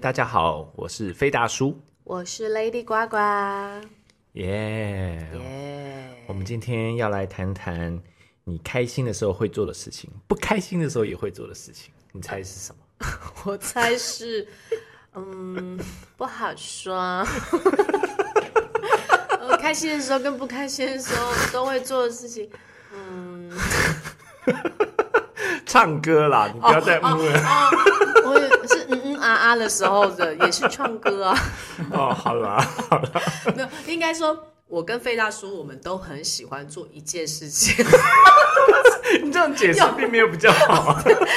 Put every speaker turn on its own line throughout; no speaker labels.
大家好，我是飞大叔，
我是 Lady 呱呱，
耶、
耶、
我们今天要来谈谈你开心的时候会做的事情，不开心的时候也会做的事情，你猜是什么？
我猜是， 嗯，不好说。 我开心的时候跟不开心的时候都会做的事情，嗯，
唱歌啦！
哦
你不要再摸了
我也是嗯嗯啊啊的时候的，也是唱歌啊。
哦。好啦，
没有，应该说，我跟费大叔我们都很喜欢做一件事情，
你这样解释并没有比较 好。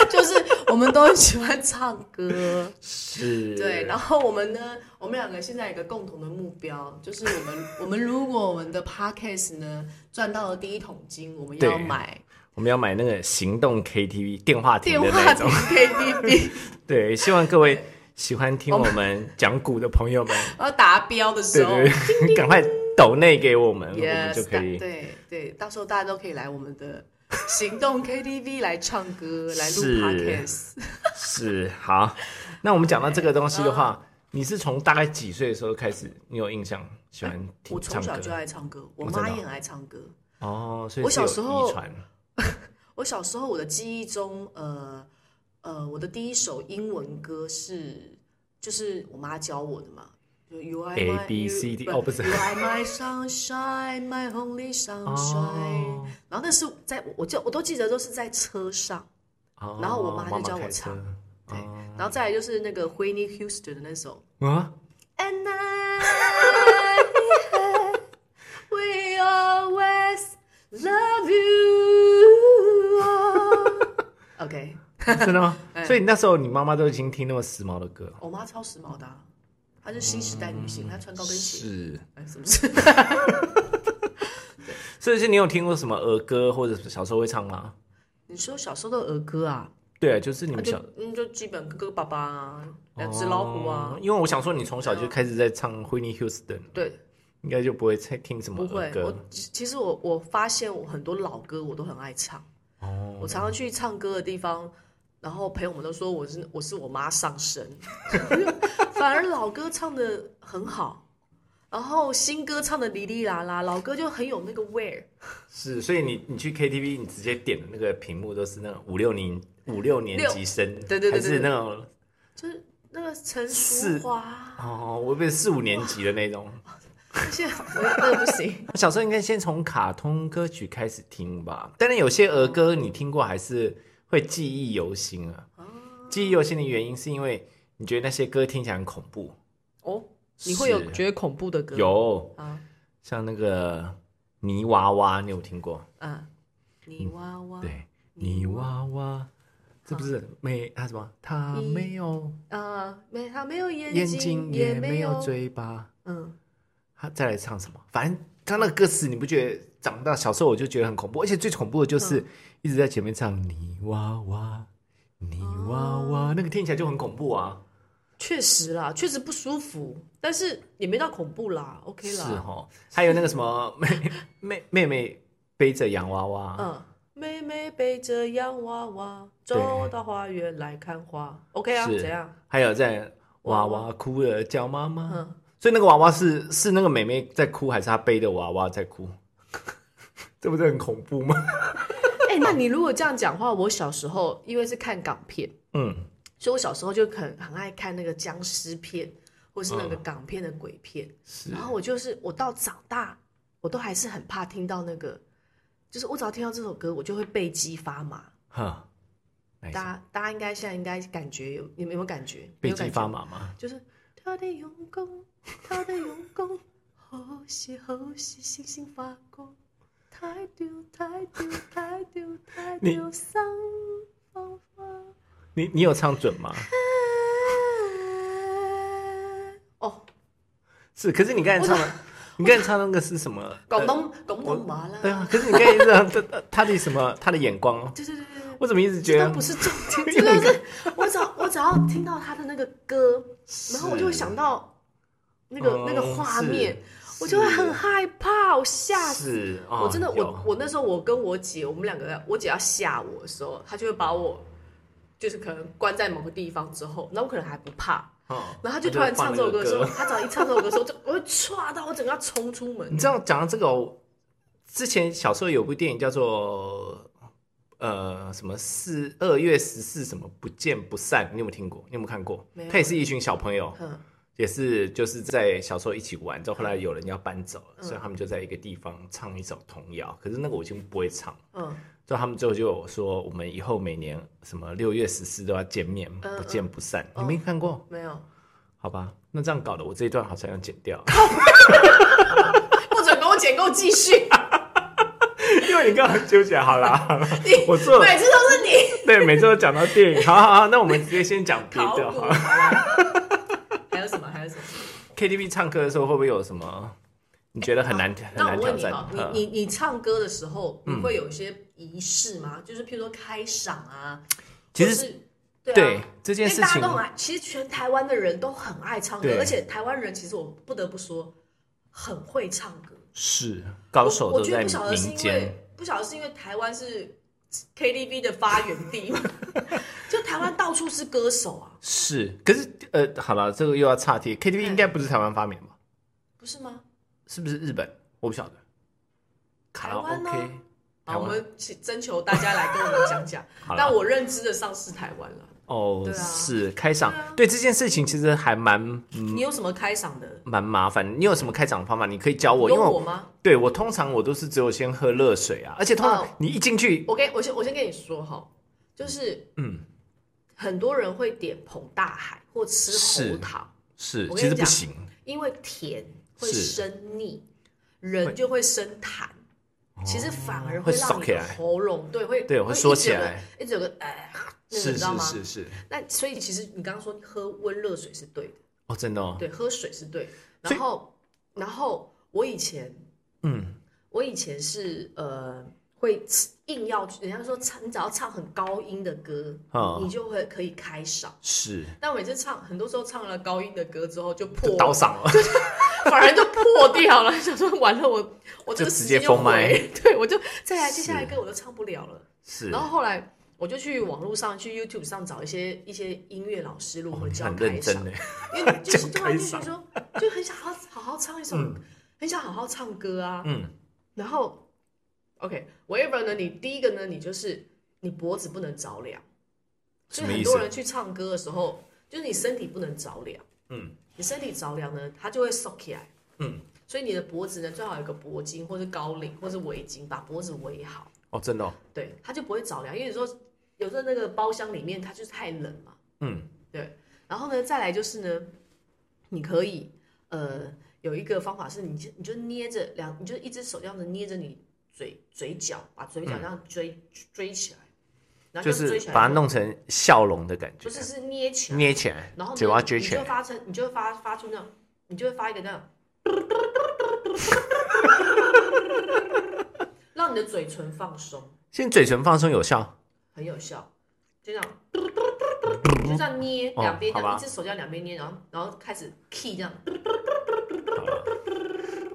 就是我们都很喜欢唱歌。
是，
对，然后我们呢，我们两个现在有一个共同的目标，就是我们我们如果我们的 podcast 呢赚到了第一桶金，我们要
对
买
我们要买那个行动 KTV 电话亭的
电话
那
亭
种。
KTV，
对，希望各位喜欢听我们讲古的朋友们，
然后达标的时
对
候
对对，赶快抖内给我们，我们
，yes，
就可以
大对对，到时候大家都可以来我们的行动 KTV 来唱歌，来录
是
podcast。
是好，那我们讲到这个东西的话，你是从大概几岁的时候开始，你有印象喜欢听
哎我
唱
从小就
歌？
爱唱歌，我
哦真
妈
的哦
也很爱唱歌。
哦，所以
我
是
小
有
时候
遗传
我小时候我的记忆中，呃呃，我的第一首英文歌是就是我妈教我的嘛。就 You are my
A B C D，
you-
哦不是
You are my sunshine, my only sunshine。
哦
然后那是在我我就我都记得都是在车上，
哦
然后我妈就教我
开车
唱对。
哦
然后再来就是那个 Whitney Houston 的那首
啊，
And I will always love you。OK，
真的 吗？
嗯
所以那时候你妈妈都已经听那么时髦的歌了，
我妈超时髦的、啊，她是新时代女性，她穿高跟
嗯
鞋，
是，
哎，是不是？
所以是你有听过什么儿歌，或者是小时候会唱吗？
你说小时候的儿歌啊，
对，就是你
那
们
就
小
嗯，就基本哥哥爸爸啊，两只老虎啊
哦，因为我想说你从小就开始在唱 Whitney Houston，
对，
应该就不会再听什么
不
儿
会。
歌
我其其实我我发现我很多老歌我都很爱唱，
哦。
我常常去唱歌的地方，然后朋友们都说我是我是我妈上身， 反而老歌唱的很好，然后新歌唱的哩哩啦啦，老歌就很有那个味儿。
是，所以你你去 KTV，你直接点的那个屏幕都是那种五六年五六年级生，
对对对对
还是那种
就是那个陈
是
淑华，
哦，我以为四五年级的那种。
现在我那个不行。
小时候应该先从卡通歌曲开始听吧，当然有些儿歌你听过还是会记忆犹新啊。
哦
记忆犹新的原因是因为你觉得那些歌听起来很恐怖，
哦，你会有
是
觉得恐怖的歌？
有
啊
像那个泥娃娃，你有听过？
啊，泥娃娃，
嗯对，泥娃娃，这不是没啊什么？他
一
没有。
啊，没他没有眼
眼
睛，
睛也
没
没有，嘴巴。
嗯，
他再来唱什么？反正他那个歌词，你不觉得长大小时候我就觉得很恐怖，而且最恐怖的就是一直在前面唱泥娃娃，泥娃娃，那个听起来就很恐怖啊。
确实啦，确实不舒服，但是也没到恐怖啦，OK
是
啦，
哦，还有那个什么 妹妹妹妹背着洋娃娃，
嗯。妹妹背着洋娃娃走到花园来看花，OK 啊？
是
怎样？
还有在娃
娃
娃哭了叫妈妈。
嗯，
所以那个娃娃是是那个妹妹在哭，还是她背的娃娃在 哭？这不是很恐怖吗？
哎，那你如果这样讲话，我小时候因为是看港片，
嗯，
所以我小时候就很很爱看那个僵尸片，或是那个港片的鬼片。
嗯是
然后我就是我到长大，我都还是很怕听到那个，就是我只要听到这首歌，我就会背肌发麻。
哈，哪一
大
首
家大家应该现在应该感觉有你们有没有感觉？
背
有感
脊
觉
发麻吗？
就是他的用功，他的用功，好些好些星星发光，太丢太丢太丢太
你
丢桑芳芳。
你你有唱准 吗？
哦，
是，可是你刚才唱的， 你刚才唱那个是什么？
广东广东话
呃
啦。
对啊，可是你刚才一直唱 他他他的什么？他的眼光，
对对对对对。
我怎么一直觉
这都
得
不是重点，这就是我只要我只要听到他的那个歌，然后我就会想到那个、
嗯
那个画面，
是
我就会很害怕，我吓死。
是，哦
我真的，
有
我我那时候我跟我姐，我们两个，我姐要吓我的时候，她就会把我，就是可能关在某个地方之后，那我可能还不怕，
哦
然后他就突然唱这首歌的时候，
放了个
他只要一唱这首歌的时候，就我会歘到我整个要冲出门
你。知道讲到这个哦，之前小时候有部电影叫做呃什么四二月十四什么不见不散，你有没有听过？你有没有看过
没？有
他也是一群小朋友，
嗯，
也是就是在小时候一起玩，之后后来有人要搬走了，
嗯
所以他们就在一个地方唱一首童谣，可是那个我已经不会唱。
嗯，
之后他们最后就有说，我们以后每年什么六月十四都要见面，
嗯
不见不散。
嗯
你没看过？
没有，
好吧，那这样搞得我这一段好像要剪 掉，
不准跟我剪，给我 继续。
因为你刚刚纠结好啦，
你
我做了
每次都 是你
对，每次都讲到电 影，好好好，那我们直接先讲别
考
的
古。
好
好
了。
啦 还有什么？还有什么？
KTV 唱歌的时候会不会有什么你觉得很难、很
那
难
我
挑
问你
战
哈，？
嗯
你你你唱歌的时候，你
嗯
会有一些仪式吗？就是譬如说开嗓啊，
其
或
实
是对
对
啊。
这
因
件
为
事
大家
情
都，很爱，其实全台湾的人都很爱唱歌
对，
而且台湾人其实我不得不说，很会唱歌。
是高手
我
都
我觉得
在
不晓得是
民
因为
间，
不晓得是因为台湾是 KTV 的发源地嘛， 就台湾到处是歌手啊，
是。可是呃，好了，这个又要岔题。KTV 应该不是台湾发明吧？
不是吗？
是不是日本？我不晓得。卡拉
台湾呢
OK，台
好，我
湾
们请征求大家来跟我们讲讲
好。啦
但我认知的上是台湾了，
哦，
对啊
是开嗓
对啊。
对这件事情其实还蛮嗯
你有什么开嗓的？
蛮麻烦。你有什么开场的方法？你可以教哦我，因
有
为
我
我
吗？
对我通常我都是只有先喝热水啊，而且通常
哦
你一进去，
我跟我先我先跟你说哈，就是
嗯，
很多人会点捧大海或吃
是
喉糖，
是
我跟你
其实不
讲
行，
因为甜会
是
生腻，人就会生痰，其实反而
会
让
烧
你
起
的
来
喉咙对会
对我会
一
缩起
整个
来，
一整个哎，那个
是
你知
是
道吗？
是是，
那所以其实你刚刚说喝温热水是对的，
哦，真的哦，
对，喝水是对。
所以
然后然后我以前
嗯，
我以前是呃会硬要人家说唱，你只要唱很高音的歌，
哦
你就会可以开嗓。
是
但我每次唱，很多时候唱了高音的歌之后就
就
破
倒嗓哦了，
反而就破掉了， 想说完了我我这个
就直
时
接
间就
封麦
毁， 对我就再来接下来
是
歌我都唱不了了。
是
然后后来我就去网络上去 YouTube 上找一些一些音乐老师如
哦
何
你
教
很
开
认真
嗓，
呢，
因为就是
教
突
开
然
嗓
就觉得说就很想好好好唱一首，
嗯
很想好好唱歌啊。
嗯，
然后 OK whatever 呢，你第一个呢，你就是你脖子不能着凉，所
什么
以
意
很
思
多？人去唱歌的时候，就是你身体不能着凉。
嗯
你身体着凉呢，它就会缩起来。
嗯，
所以你的脖子呢，最好有个脖巾或是高领或是围巾，把脖子围好，
哦，真的哦，
对，它就不会着凉。因为有时候有时候那个包厢里面它就是太冷嘛。
嗯，
然后呢，再来就是呢，你可以呃有一个方法是你就你就捏着两，你就一只手这样子捏着你嘴嘴角，把嘴角这样追、追起来，然后
嗯就
这样
是
追起来
把它
之后，
弄成笑容的感觉
不，是是捏起来，
捏起来
然后，呢
嘴巴撅
你
起
就会
来，
发成，你就会发发出那种，你就会发一 个那种，让你的嘴唇放松，
先嘴唇放松有效，
很有效，就这样，就这样捏
哦
两边，这
好
样
吧
一只手这样两边捏，然后然后开始 key 这样，
好吧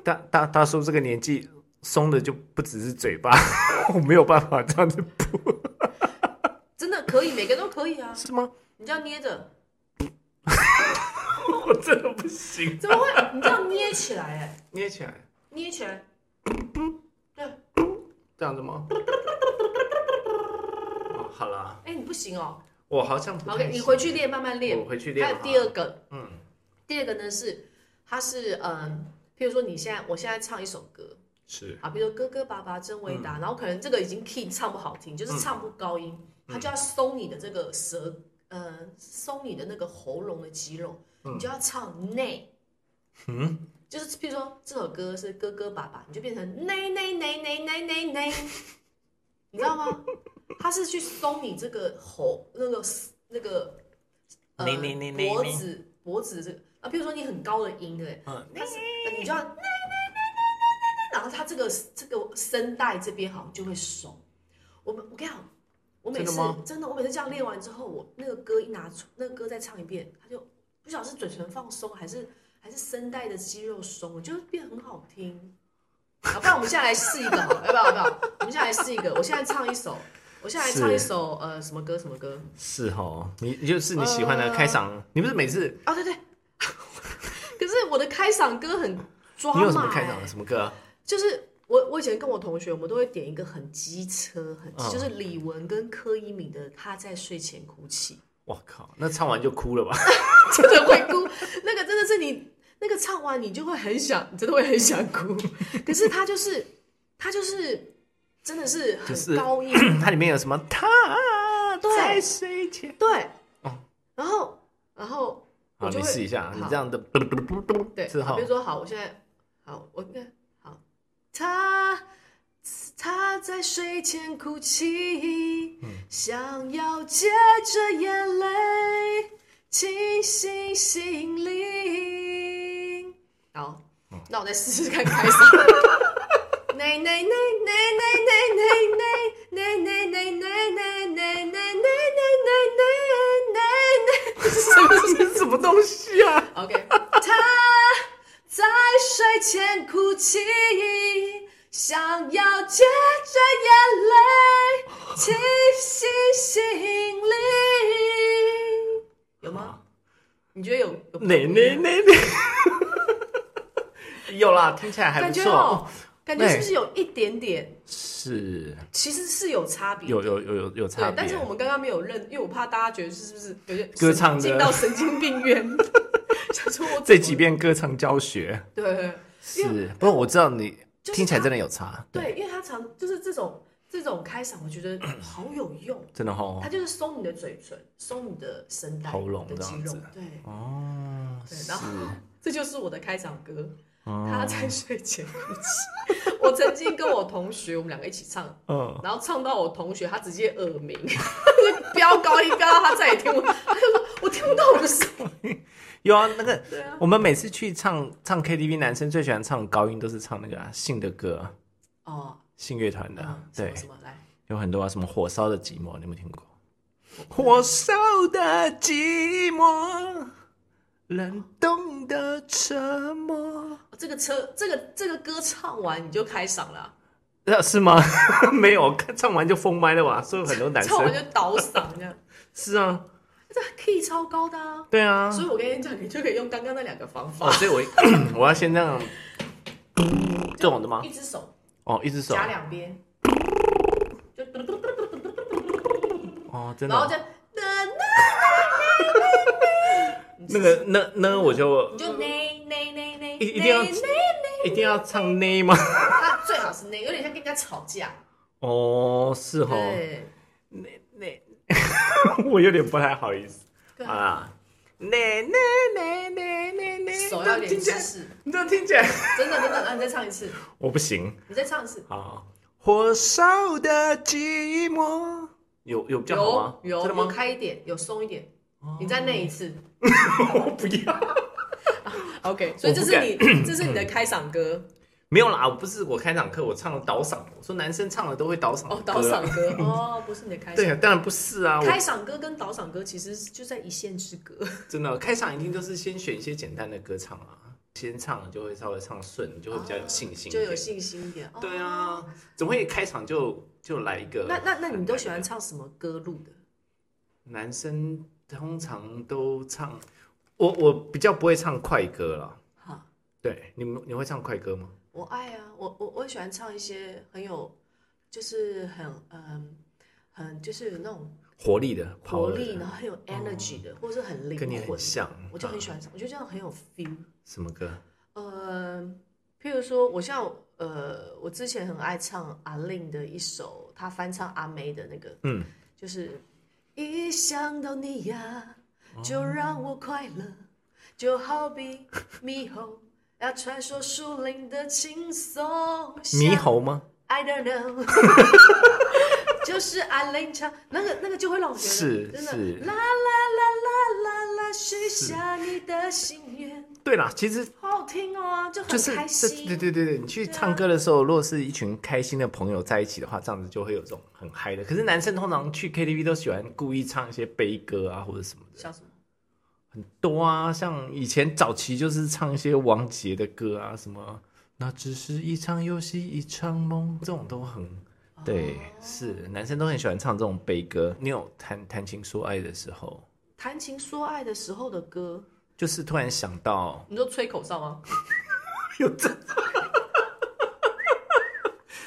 大大大叔这个年纪松的就不只是嘴巴， 我没有办法这样子，
真的可以，每个都可以啊，
是 吗？
你这样捏着，
我真的不行，
怎么会？你这样捏起来哎、
捏起来
捏起来，
这样子 吗？哦，好啦，
哎、你不行哦
我好像不太
，OK，
行
你回去练，慢慢练
我。回去练。
还有第二，个，
嗯，
第二个呢是，它是嗯，譬如说你现在我现在唱一首歌
是
啊，比如说哥哥爸爸真伟
嗯
大，然后可能这个已经 key 唱不好听，就是唱不高音，它
嗯
就要松你的这个舌，呃，松你的那个喉咙的肌肉，你就要唱内，
嗯，
就是譬如说这首歌是哥哥爸爸，你就变成内内内内内内内，你知道吗？它是去松你这个喉那个那个呃
内内内内内
脖子脖子的这个啊，譬如说你很高的音哎。
嗯，
它是你就要，然后它这个这个声带这边好像就会松。我们我跟你讲，我每
真的
次
吗
真的我每次这样练完之后，我那个歌一拿出，那个歌再唱一遍，它就不晓得是嘴唇放松还是还是声带的肌肉松了，就是变很好听。啊，不然我们现在来试一个好了，要不要？要不要？我们现在来试一个，我现在唱一首，我现在来
是
唱一首呃什么歌什么歌
是哦，你你就是你喜欢的
呃
开场，你不是每次
啊？对对， 可是我的开场歌很抓马、
你有什么开场的
欸
什么歌啊？
就是我我以前跟我同学，我们都会点一个很机车，很、
嗯
就是李玟跟柯一敏的《他在睡前哭泣》。
我靠，那唱完就哭了吧？
真的会哭，那个真的是你那个唱完你就会很想，你真的会很想哭。可是他就是他就是真的是
就
很
是
高音，
它里面有什么？他
对
在睡前。
对
哦，
然后然后
好，
我就
你
会
试一下，你
好
这样的
对，
是
好
哈
比如说好，我现在好，我看好，他他在睡前哭泣，想要借着眼泪清醒心灵。好，那我再试试看开始。 奶奶奶奶奶奶奶奶奶奶奶奶奶奶奶奶奶奶奶，这是什么？
是什么东西啊？
OK，他在睡前哭泣，想要借着眼泪清洗心灵。有吗？你觉得有？有
哪哪哪哪？ 有啦，听起来还
感
不
觉
错。
哦，感觉是不是有一点点？
是，
其实是有差别。
有有有有有差
对
别，。
但是我们刚刚没有认，因为我怕大家觉得是不是有些
歌唱的
进到神经病院， 想说我怎么
这几遍歌唱教学
对。因
是，不过我知道你
就是
听起来
它
真的有差，
对，因为他常就是这种这种开场，我 觉得好有用。
真的哦
它。就是松你的嘴唇，松你的声带、
喉咙
你的
这
肌
样
肉
子，
对
哦，
对。
是
然，后这就是我的开场歌，他
哦
在睡前哭泣。 我曾经跟我同学，我们两个一起唱，
嗯，
然后唱到我同学他直接耳鸣， 就飙高音飙到他再也听不，他就说我听不到我的声。
有啊，那个
对啊，
我们每次去唱唱 KTV，男生最喜欢唱的高音都是唱那个啊性的歌啊，
哦，
性乐团的啊
嗯，什
对
么，什么来，
有很多啊，什么火烧的寂寞，你有没有听过？火烧的寂寞，冷冻的沉默，
这个车这个这个歌唱完你就开嗓了啊、
那是吗？ 没有，看唱完就封麦了吧？所以很多男
唱完
生
就倒嗓这样，
是啊，
这 key 超高的啊。
对啊，
所以我跟你讲，你就可以用刚刚那两个方法，
哦，所以我 我要先这样，这种的吗
一？只手
哦，一只手，
夹两边，就
哦，真的
然后
哦，
就
那个那那我就
你就呢呢呢呢，
一一定要
呢呢
一定要唱呢吗？
它最好是呢，有点像跟人家吵架。
哦，是哦，
对，
那 我有点不太好意思
对啊
啊。那那那那那那，
手要
这
有点
听起
姿
来，
势，
你这听起来，
真的真的，啊，你再唱一次，
我不行
你再唱一次，
啊。火烧的寂寞，有有比较好吗
有？有
真的
有
吗？
开一点，有松一点，你再那一次。
我 不要，
OK，所以这是你这是你的开嗓歌
没有啦，我不是我开场课我唱了倒嗓，我说男生唱的都会倒嗓的
哦，
歌啊
倒嗓歌哦，不是你的开
对
嗓。
啊，当然不是啊，
开
我
嗓歌跟倒嗓歌其实就在一线之隔。
真的开场一定就是先选一些简单的歌唱啊，先唱了就会稍微唱顺，你就会比较有信心一
就
点，
有信心一点。哦
对，啊，怎么会开场就就来一个？
那那那你都喜欢唱什么歌录的？
男生通常都唱，我我比较不会唱快歌啦。
哈，
对，你们你会唱快歌吗？
我爱啊，我我我也喜欢唱一些很有，就是很嗯很就是有那种
活力的，
活
power
力，
的哦
然后很有 energy 的，或者是很灵
跟你
魂
很
的。
像。嗯
我就很喜
欢
欢唱，我觉得这样很有 feel。
什么歌？
呃，譬如说，我像呃，我之前很爱唱阿令的一首，她翻唱阿妹的那个，
嗯，
就是一想到你呀，
哦
就让我快乐，就好比猕猴要穿梭树林的轻松。
猕猴吗？
，I don't know，就是阿令唱那个那个就会让我觉得
是
真的
是
啦啦啦啦啦啦，许下你的心愿，
对啦，其实
好好听哦，就
就
很
是
开
这
心。啊
对对对对，你去唱歌的时候，如果是一群开心的朋友在一起的话，这样子就会有这种很嗨的。可
嗯
是男生通常去 KTV 都喜欢故意唱一些悲歌啊或者什么的，
像什么？
多啊，像以前早期就是唱一些王杰的歌啊，什么那只是一场游戏一场梦，这种都很对，是男生都很喜欢唱这种悲歌。你有谈谈情说爱的时候，
谈情说爱的时候的歌，
就是突然想到
你说吹口哨 吗？
有这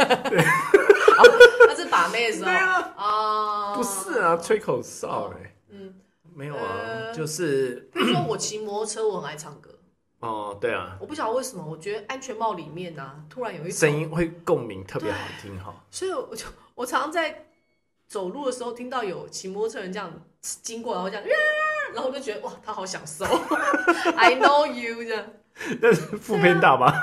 哦，那是把妹的时候
对啊
啊，
不是啊，吹口哨哎、
嗯，
没有啊，
呃
就是
比如说我骑摩托车，我很爱唱歌，
哦，对啊，
我不晓得为什么，我觉得安全帽里面啊，突然有一种
声音会共鸣特别好听哈。
所以我就我常常在走路的时候听到有骑摩托车人这样经过，然后这样， 然后我就觉得哇，他好享受 ，I know you 这样。
但是副偏大吧？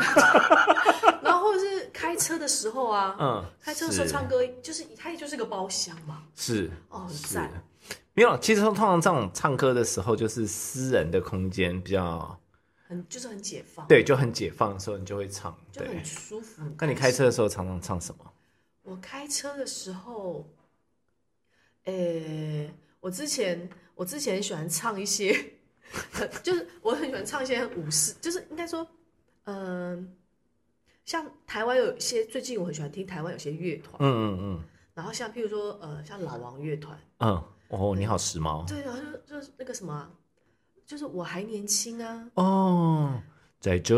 然后或者是开车的时候啊，
嗯，
开车的时候
是
唱歌，就是它也就是个包厢嘛，
是
哦，很
是
赞。
没有，其实通常这种唱歌的时候，就是私人的空间比较
很就是很解放，
对，就很解放的时候，你就会唱。
就
对
很，舒服。
那你开车的时候常常唱什么？
我开车的时候，诶、我之前我之前喜欢唱一些， 就是我很喜欢唱一些舞狮，就是应该说，嗯、像台湾有一些最近我很喜欢听台湾有些乐团，
嗯嗯
然后像譬如说呃，像老王乐团，
嗯嗯，哦，你好时髦
对，然后就就是那个什么啊、就是我还年轻啊，
哦，在这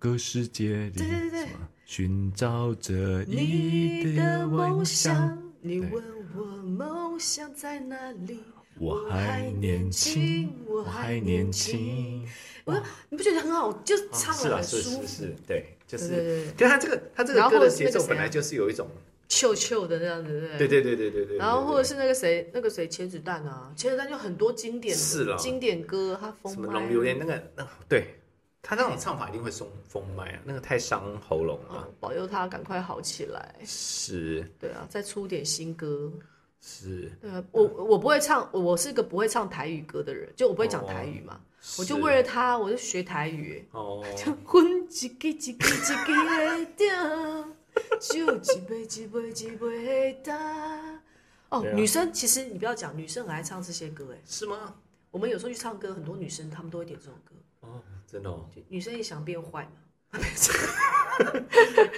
个世界里，
对对对对
什么寻找着
你
你
的
的
梦
梦想，
想，你
对
问我梦想在哪里？
我还年轻，我还年轻。
我说你不觉得很好，就是唱
是啊，
了很
是
舒
是
服，
是，对，就
对对对
是
对，
就他这个他这个
然后
歌
或
的
者是
节
那个
奏
谁
本
啊
来就是有一种，
秀秀的那样子，对不
对
对？
对对对对对对。
然后
对
或者
对
是那个谁，那个谁，茄子蛋啊，茄子蛋就很多经典的
是啦
经典歌，他封
什么
麦
龙榴莲那个那对。他那种唱法一定会松封麦啊，那个太伤喉咙
啊
了。
保佑他赶快好起来。
是
对啊，再出点新歌。
是，
对啊，我
嗯
我不会唱，我是个不会唱台语歌的人，就我不会讲台语嘛，我就是为了他，我就学台语、
哦，
阮一支一支一支的点，酒一杯一杯一杯的干。哦
对，啊
女生其实你不要讲，女生很爱唱这些歌哎。
是吗？
我们有时候去唱歌，很多女生她们都会点这种歌，
哦，真的 哦，
就女生也想变坏嘛。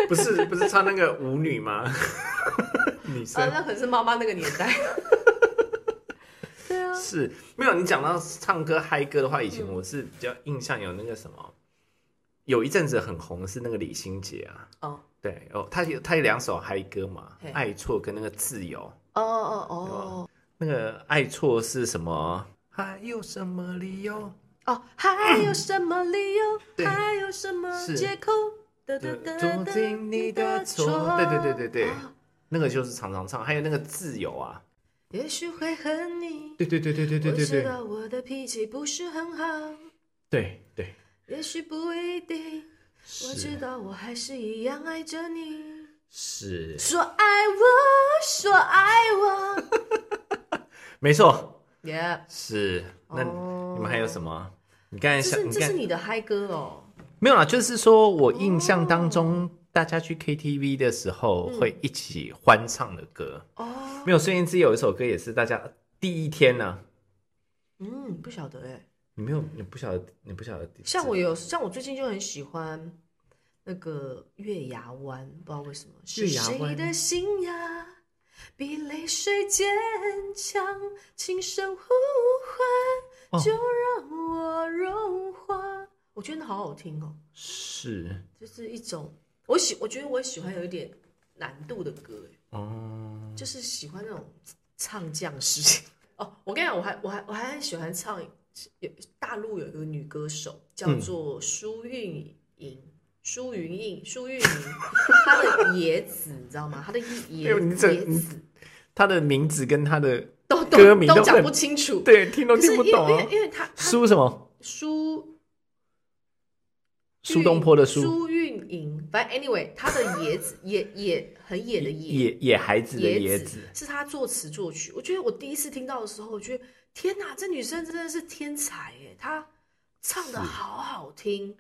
不是不是唱那个舞女吗？ 女
啊，
生
那可能是妈妈那个年代。对啊，
是没有。你讲到唱歌嗨歌的话，以前我是比较印象有那个什么，有一阵子很红的是那个李心洁啊，
哦
对哦，她有她有两首嗨歌嘛，
嘿
《爱错》跟那个《自由》。
哦哦哦
那个爱错是什么？还有什么理由？
哦，还有什么理由？
对
还有什么
是
借口？哒哒哒
捉
哒
紧你的错。对对对对对，
啊
那个就是常常唱，还有那个自由啊。
也许会恨你。
对对对对对
我知道我的脾气不是很好，
对对
也许不一定。我知
是
道我还是一样爱着你，
是，
说爱我，说爱我。
没错，
耶，
是。那
哦
你们还有什么？你刚才
这
想，
是
你
这
刚
是你的嗨歌哦。
没有啦，就是说我印象当中，大家去 KTV 的时候
嗯
会一起欢唱的歌。
哦，
没有，孙燕姿有一首歌也是大家第一天呢、
嗯，不晓得哎。
你没有，你不晓得，你不晓得。
像我有，像我最近就很喜欢那个月牙湾，不知道为什么。是
月牙湾
谁的心呀？比泪水坚强，轻声呼
哦
唤，就让我融化。我觉得好好听哦，
是
就是一种我喜，我觉得我喜欢有一点难度的歌，
哦，
就是喜欢那种唱将式。 哦，我跟你讲，我还我还我还很喜欢唱，有大陆有一个女歌手叫做苏运莹。苏云莹，苏运莹，她的椰子，你知道吗？她的椰
哎呦你这
椰子
他的名字跟他的
都
歌
都
名
都
都
讲
很
不清楚，
对听都
可是
听
因
不
为
懂
因
啊
为。因为她她
苏什么？
苏
苏东坡的苏，
苏运莹，反正 anyway，她的椰子野野很野的野，
野野孩子的野
子
子，
是她作词作曲。我觉得我第一次听到的时候，我觉得天哪，这女生真的是天才耶！她唱的好好听，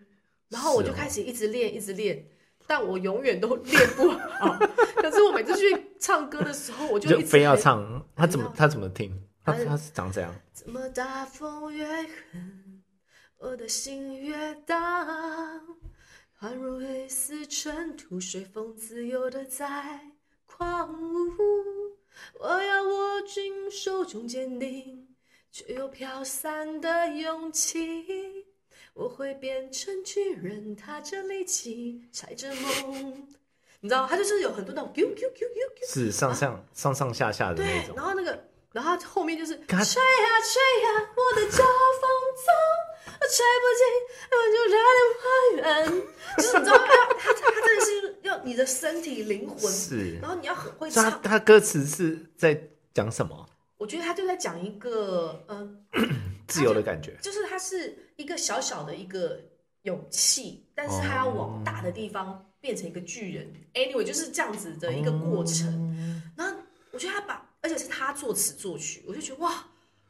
然后我
是
就
哦
开始一直练，一直练，但我永远都练不 好。可是我每次去唱歌的时候，我就
就
一直呃
非要
很
唱。他怎么
很
他怎么听？他
很
他是长怎样？
怎么大风越狠，我的心越大，宛如一丝尘土，随风自由的在狂舞。我要握紧手中坚定却又飘散的勇气，我会变成巨人，踏着力气，踩着梦。你知道，他就是有很多那种 “q q q q”，
是上上、上上下下的那
对，
种
然，后那个，然后他后面就是吹
他
呀吹呀，我的骄放纵，我吹不进，我就让你还原。 就是你知道，他他他真的是要你的身体、灵魂，
是。
然后你要很会
所以他
唱。
他歌词是在讲什么？
我觉得他就在讲一个，嗯，
自由的感觉，
就是他是一个小小的一个勇气，但是他要往大的地方变成一个巨人。Anyway，就是这样子的一个过程。
程
然后我觉得他把，而且是他作词作曲，我就觉得哇，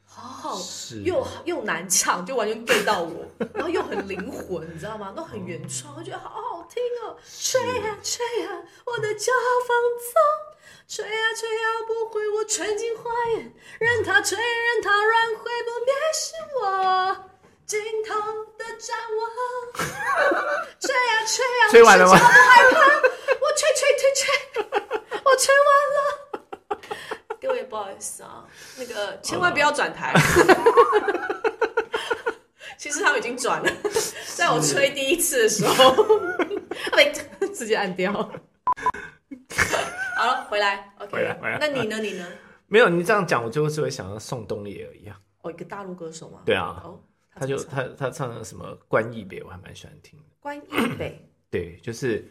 好好，
哦是
又又难唱，就完全对到我，然后又很灵魂，你知道吗？都很原创，我觉得好好听哦，吹呀吹呀，我的骄傲放纵，吹呀吹呀，不会我吹进花园，任它吹，任它乱，会不灭是我。尽头的展望， 吹呀吹呀，
吹完了吗
我不害怕，我吹吹吹吹，我吹完了。各位不好意思啊，那个千万不要转 台。其实他们已经转了，在我吹第一次的时候，被直接按掉。好了，回来，OK。
回来回来
那你呢？你呢？
没有你这样讲，我就是会想到宋冬野一样。
哦，一个大陆歌手吗？
啊对啊
哦，
他就
怎么唱
他他唱的什么《关忆别》，我还蛮喜欢听的。
关于北。
对，就是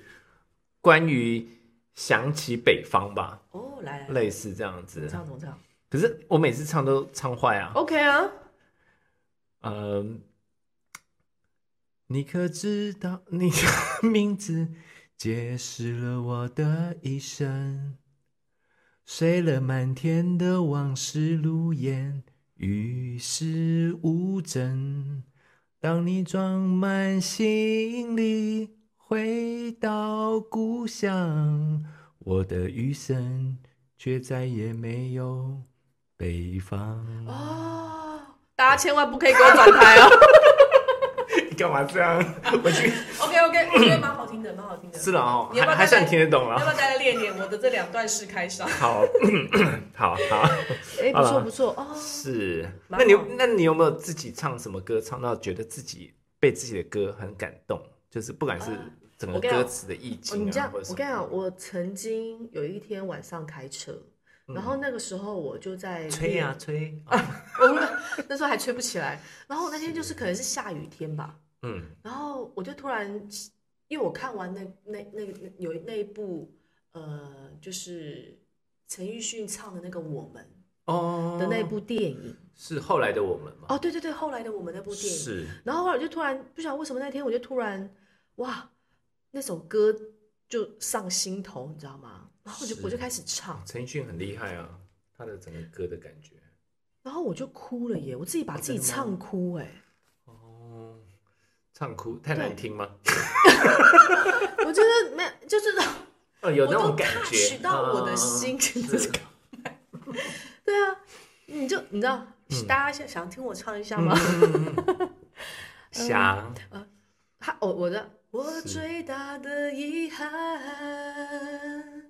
关于想起北方吧，
哦，来来来，
类似这样子
怎么。唱怎么唱
可是我每次唱都唱坏啊。
？OK 啊，
嗯，你可知道你的 名字解释了我的一生，睡了满天的往事如烟，与世无争。当你装满行李回到故乡，我的余生却再也没有北方。
哦，大家千万不可以给我转台哦。
你 干嘛这样？我去
OK OK，我觉 得蛮好听的，蛮好听的。
是了啊哦，
你要不
还
要
还
再
算听得懂
要不
了。
要再来练练我的这两段式开场？
好， 好好
哎，
好
不
啦
错不错哦。
是。
蛮
那你
好
那你有没有自己唱什么歌，唱到觉得自己被自己的歌很感动？就是不管是
啊
整个
我跟你讲
歌词的意
哦，
境
你这
啊，
样，
或者
我
什
跟你
么。
讲，我曾经有一天晚上开车，然后那啊个时候我就在
嗯吹呀、
练，
吹，啊
我不那时候还吹不起来。然后那天就是可能是下雨天吧，
嗯，
然后我就突然，因为我看完那那那个那有那一部呃，就是陈奕迅唱的那个《我们
哦》
的那部电影。
是后来的我们吗？
哦，对对对，后来的《我们》那部电影。
是
然后后来我就突然不晓得为什么那天我就突然哇，那首歌就上心头，你知道吗？然后我就是我就开始唱，
陈奕迅很厉害啊，他的整个歌的感觉。
然后我就哭了耶，我自己把
哦
自己
真的吗
唱哭哎、
哦，唱哭太难听吗？
我觉得没就是
哦， 有
我
那
都
种感
touch
觉，
到我的
嗯
心，
是
对啊，你就你知道，
嗯
大家想想听我唱一下
嗯
吗？
嗯 嗯嗯想，
他哦我我的我
是
最大的遗憾。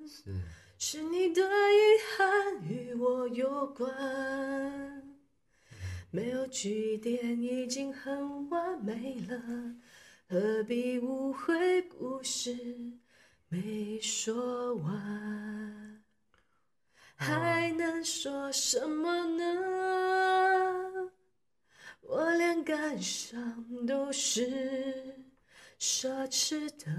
是
是你的遗憾与我有关，没有句点已经很完美了，何必误会故事没说完，还能说什么呢？我连感伤都是奢侈的，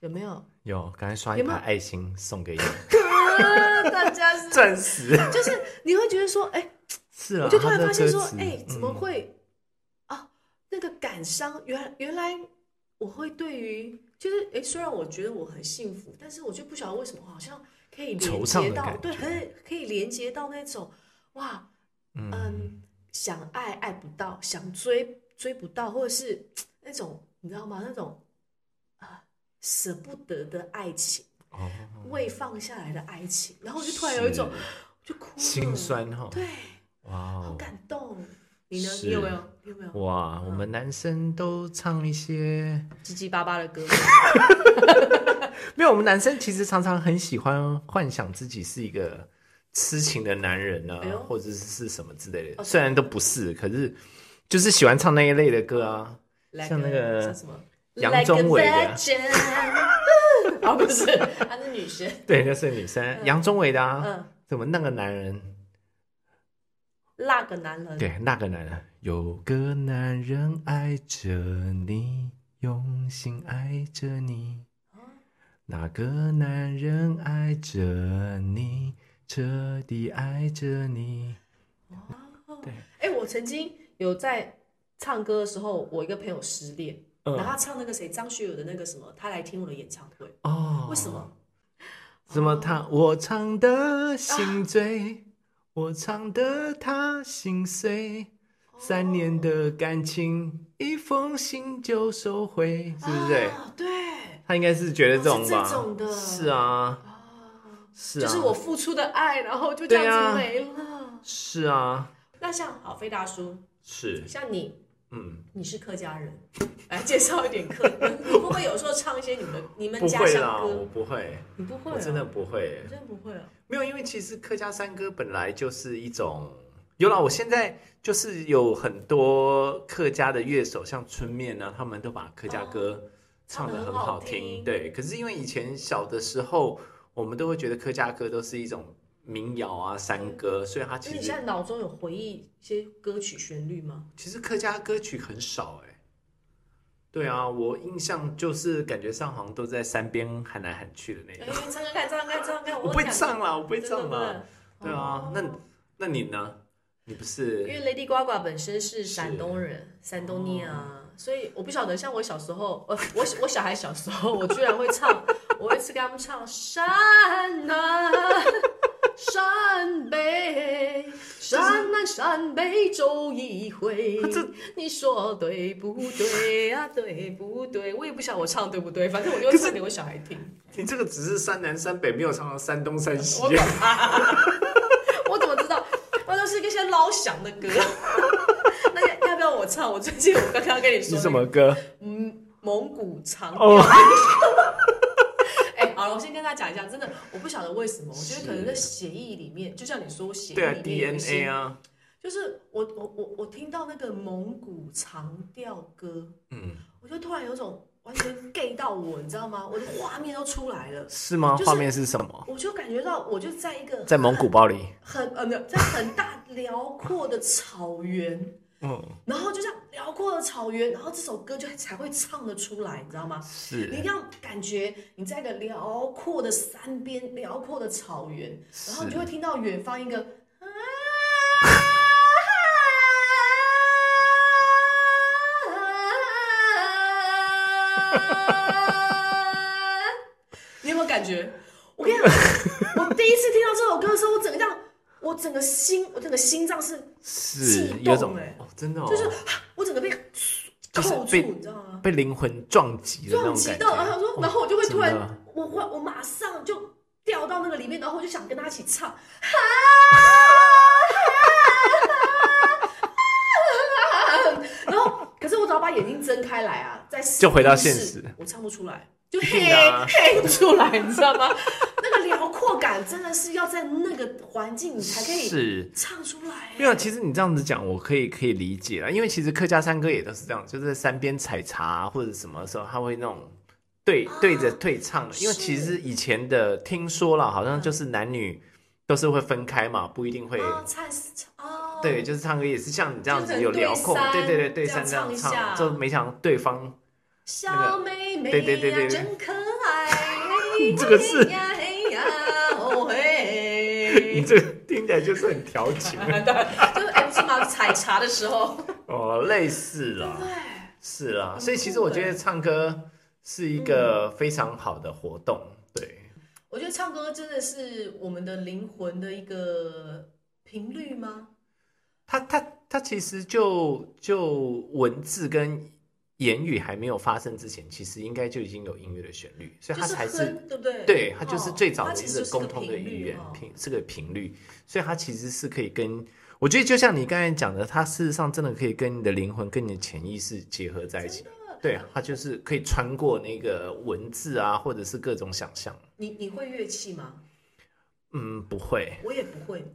有没有？
有，赶快刷一
有没
排
有
爱心送 给你，
啊大家是
钻石
就是你会觉得说，哎、
是啊，
我就突然
他的
发现
歌
说，
词
哎、怎么
嗯
会、啊？那个感伤，原来原来我会对于就是，哎、虽然我觉得我很幸福，但是我就不晓得为什么好像可以连
惆怅
接
的
到，
感
对，
觉
很可以连接到那种哇，
嗯
嗯，想爱爱不到，想追追不到，或者是那种你知道吗？那种啊舍不得的爱情，
哦，
未放下来的爱情，然后我就突然有一种
是
就哭了，
心酸哈，
对。
哇
好
哦，
感动，你呢？
是
你有没有？你有没有
哇，我们男生都唱一些，
七七八八的歌？
没有，我们男生其实常常很喜欢幻想自己是一个痴情的男人呢、
哎呦
或者是是什么之类的，
哦
虽然都不是，可是就是喜欢唱那一类的歌啊。像那个
呃像什么
杨宗纬的
Like a virgin 啊，不是，她是女生。
对，那是女生，杨宗纬的啊，
嗯，
怎么那个男人？
那个男人，
对，那个男人，有个男人爱着你，用心爱着你。
哦
那个男人爱着你，彻底爱着你。对，
哎、我曾经有在唱歌的时候，我一个朋友失恋，
嗯呃
然后他唱那个谁张学友的那个什么，他来听我的演唱会，
哦，
为什？么？
怎么他我唱的心醉，我唱的他心碎。三年的感情，一封信就收回，是不是？
啊、对，
他应该是觉得这种吧？
哦是这种的
是啊，
啊，
是啊，啊
就是我付出的爱，然后就这样子没了。
是啊，
那像好飞大叔，
是，
像你，
嗯，
你是客家人，来介绍一点客，你会不会有时候唱一些 你们你们
不
家
会啦，
乡
我
歌？
不会，
你不会、啊，
我真的，不会
你，真的不会啊。
没有，因为其实客家山歌本来就是一种。有啦，我现在就是有很多客家的乐手，像春面呢、他们都把客家歌唱哦得很好
唱得很好听
对，可是因为以前小的时候，我们都会觉得客家歌都是一种民谣啊、山歌，所以它
那
其
你
实
现在脑中有回忆一些歌曲旋 律吗？
其实客家歌曲很少哎、对啊，我印象就是感觉上好像都在山边喊来喊去的那
哎、
种。
唱歌看，唱歌看，唱歌看，
我不会唱啦，我不会唱啦。对啊，那
哦
那你呢？你不
因
是
为 Lady Gaga 本身是山东人，山东妮啊，所以我不晓得，像我小时候， 呃，我我小孩小时候，我居然会唱， 我会次跟他们唱山南、山北、山南山北走一回，你说对不对啊？对不对？我也不晓得我唱对不对，反正我就会唱给我小孩听。
你这个只是山南山北，没有唱到山东山西啊
我。管他，我怎么知道？我都是一些捞翔的歌。那要要不要我唱？我最近我刚刚跟你说、
你什？么歌？
嗯，蒙古长调。
哦，
哎、好了，我先跟大家讲一下，真的，我不晓得为什么，我觉得可能在协议里面，就像你说协议
对啊
里面有一些
，DNA 啊，
就是我我我我听到那个蒙古长调歌，
嗯，
我就突然有种完全 gay 到我，你知道吗？我的画面都出来了，
是吗？
就是
画面是什么？
我就感觉到我就在一个
在蒙古包里。
很呃没有，在很大辽阔的草原，
嗯，
然后就像辽阔的草原，然后这首歌就才会唱得出来，你知道吗？你一定
是
要感觉你在一个辽阔的山边、辽阔的草原，然后你就会听到远方 一个。啊你有没有感觉？我跟你讲，我第一次听到这首歌的时候，我整个让我整个心，我整个心脏是，悸
是，
动
有种
欸
哦，真的哦，
就是我整个被
就是
扣住，
被
你知道吗？
被灵魂撞击的那
撞
种
击
感觉。
到，然后他说，
哦
然后我就会突
真的
然，我会我马上就掉到那个里面，然后我就想跟他一起唱，啊，然后可是我只要把眼睛睁开来啊，在
就回到现实，
我唱不出来，就
定
嘿
的啊
嘿不出来，你知道吗？那个辽阔感真的是要在那个环境你才可以
是
唱出来，
没有，其实你这样子讲，我可以可以理解了，因为其实客家山歌也都是这样，就是在山边采茶啊或者什么的时候，他会那种对对着对唱的。因为
啊是嗯
其实以前的听说了，好像就是男女都是会分开嘛，不一定会。
啊，唱哦，
对，就是唱歌也是像你这样
就
子
是
有聊空
对，山
对对对对，
这
像
样
这样
唱一下
唱，就没想到对方
小妹妹
对对对对对。
呀，真可爱
这个是
嘿 呀嘿呀哦
你
嘿，
这个听起来就是很调 情
就是哎，不是嘛，采茶的时候，
哦，类似啦，
对，
是啦，
很
所以其实
酷
我觉
欸嗯
得唱歌是一个非常好的活动，对。
我觉得唱歌真的是我们的灵魂的一个频率吗？
它它它其实就就文字跟言语还没有发生之前，其实应该就已经有音乐的旋律，所以
就
它
是
才是
哼，对不对？
对它就是
哦
最早
它
的
其
一
实就是
沟通的
个频
语
率
言
哦
频、这个频率，所以它其实是可以跟我觉得就像你刚才讲的，它事实上真的可以跟你的灵魂、跟你的潜意识结合在一起。对，啊它就是可以穿过那个文字啊，或者是各种想象。
你你会乐器吗？
嗯，不会
我也不会，你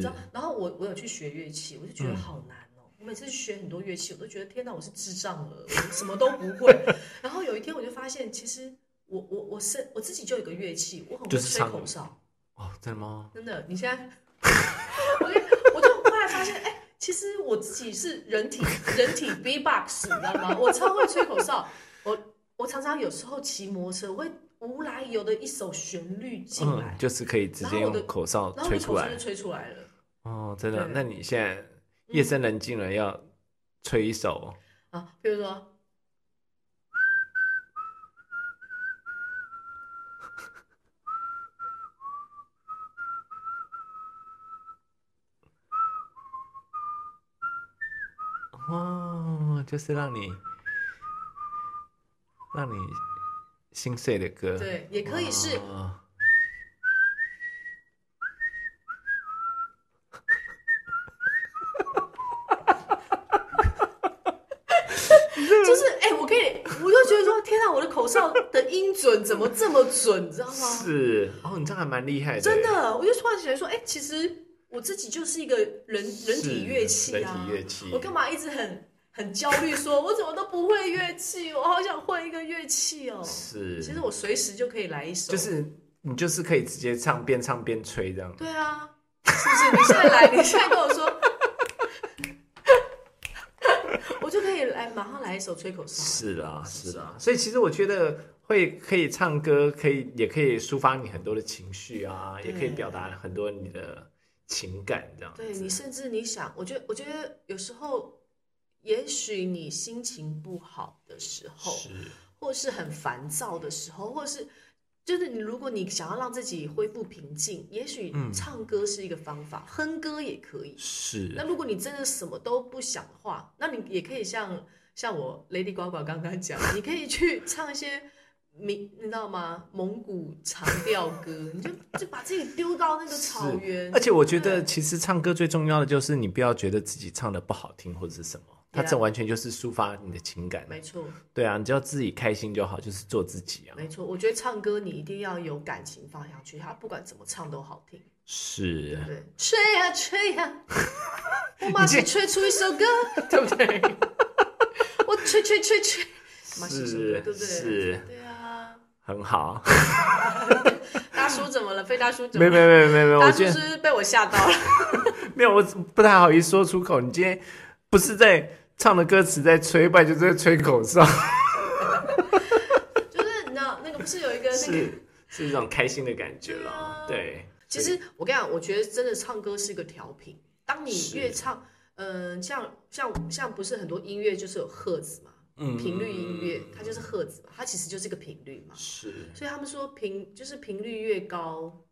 是嗯
道。然后我我有去学乐器，我就觉得好难哦。我每次学很多乐器，我都觉得天哪，我是智障了，我什么都不会。 然后有一天我就发现，其实我我我是我自己就有一个乐器，我很会
就是
吹
唱
口哨，
哦，真的吗？
真的。你现在，我就我就后来发现，哎、其实我自己是人体人体 B box，你知道吗？我超会吹口哨，我我常常有时候骑摩托车，我会无来由的一首旋律进来。
嗯，就是可以直接
然后我的
用口哨
然后
吹
我
出
口哨就
来。
吹出来了。
哦，真的？
对
那你现在夜深人静了，要吹一首？
啊，比如说，
哦，就是让你让你心碎的歌，
对，也可以是
哦
就是哎、我可以，我就觉得说，天啊，我的口哨的音准怎么这么准，你知道吗？
是哦，你这样还蛮厉害的，
真的，我就突然觉得说，哎、其实我自己就是一个人
欸
人体乐器啊，
人体乐器
我干嘛一直很很焦虑说，我怎么都不会乐器，我好想会一个乐器哦。
是，
其实我随时就可以来一首，
就是你就是可以直接唱，边唱边吹这样，
对啊，是不是？你现在来，你现在跟我说。 我就可以来，马上来一首吹口哨。
是啊，是啊，所以其实我觉得会可以唱歌，可以也可以抒发你很多的情绪啊，也可以
对
表达很多你的情感这样子，
对你，甚至你想，我觉得，我觉得有时候，也许你心情不好的时候，
是
或是很烦躁的时候，或是就是你，如果你想要让自己恢复平静，也许
嗯
唱歌是一个方法，哼歌也可以。那
是，
如果你真的什么都不想的话，那你也可以像像我 Lady 呱呱刚刚讲，你可以去唱一些民，你知道吗？蒙古长调歌，你就就把自己丢到那个草
是
原
而。且我觉得
对
其实唱歌最重要的就是你不要觉得自己唱的不好听或者是什么。它
Yeah
这完全就是抒发你的情感，
没错。
对啊，你只要自己开心就好，就是做自己啊。
没错，我觉得唱歌你一定要有感情放下去，它不管怎么唱都好听。
是，
对，吹呀、吹呀、我马
你
上吹出一首歌， 对不对？我吹吹吹吹，马上一首歌，
是
对不对？
是
对啊。
很 好。
大叔怎么了？费大叔怎么
没
了？
没没没没，
大
我
叔
觉
是
得
不是被我吓到 了。
没有，我不太好意思说出口。你今天不是在唱的歌词在吹，不然就是在吹口 哨，
就是你知道那个不是有一个那个？
是是一种开心的感觉
啊
了。对，
其实我跟你讲，我觉得真的唱歌是一个调频。当你
是
越唱，嗯、像像像不是很多音乐就是有赫兹嘛，
嗯
频率音乐，它就是赫兹嘛，它其实就是一个频率嘛。
是
所以他们说频就是频率越高，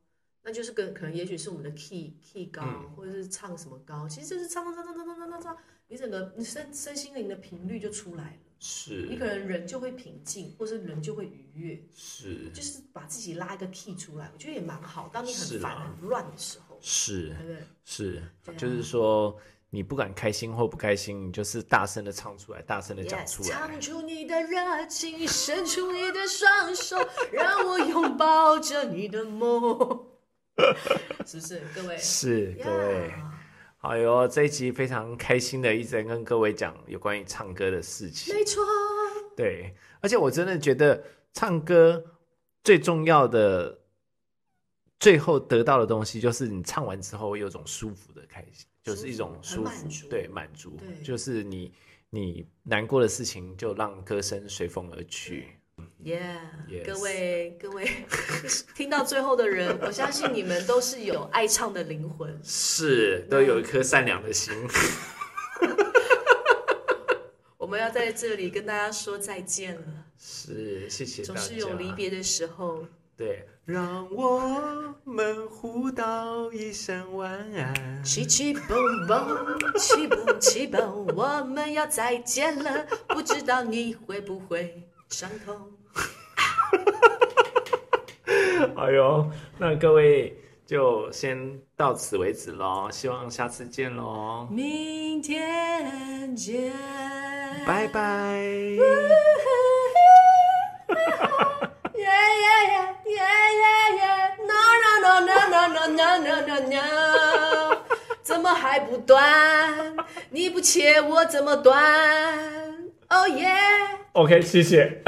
那就是跟可能也许是我们的 key key 高，
嗯
或者是唱什么高，其实就是唱唱唱唱唱唱唱唱唱，你整个你身身心灵的频率就出来了，你可
是
能人就会平静，或是人就会愉悦，
是
就是把自己拉一个 key 出来，我觉得也蛮好。当你
是
很
啊
烦、很乱的时候，
是
对不对？
是
对啊，
就是说你不管开心或不开心，你就是大声的唱出来，大声的讲
Yes，
出来。
唱出你的热情，伸出你的双手，让我拥抱着你的梦， 是不是？各位，
是各位。
Yeah
哎呦，这一集非常开心的，一直在跟各位讲有关于唱歌的事情。
没错，
对，而且我真的觉得唱歌最重要的，最后得到的东西就是你唱完之后会有种舒服的开心，就是一种舒
舒服很满
服
足，
对，满足
对，
就是你你难过的事情就让歌声随风而去。
耶
Yes
各位各位， 听到最后的人，我相信你们都是有爱唱的灵魂。
是，都有一颗善良的 心。
我们要在这里跟大家说再见了，
是，谢谢大
总
家。
是有离别的时候。
对，让我们互道一声晚安。
起起蹦蹦，起蹦起蹦，我们要再见了，不知道你会不会伤痛？
哎呦，那各位就先到此为止喽，希望下次见喽，
明天见，
拜。拜。
Yeah yeah yeah yeah yeah yeah no no no no no no no no no no，怎么还不断？你不切我怎么断？Oh yeah。
OK，谢谢。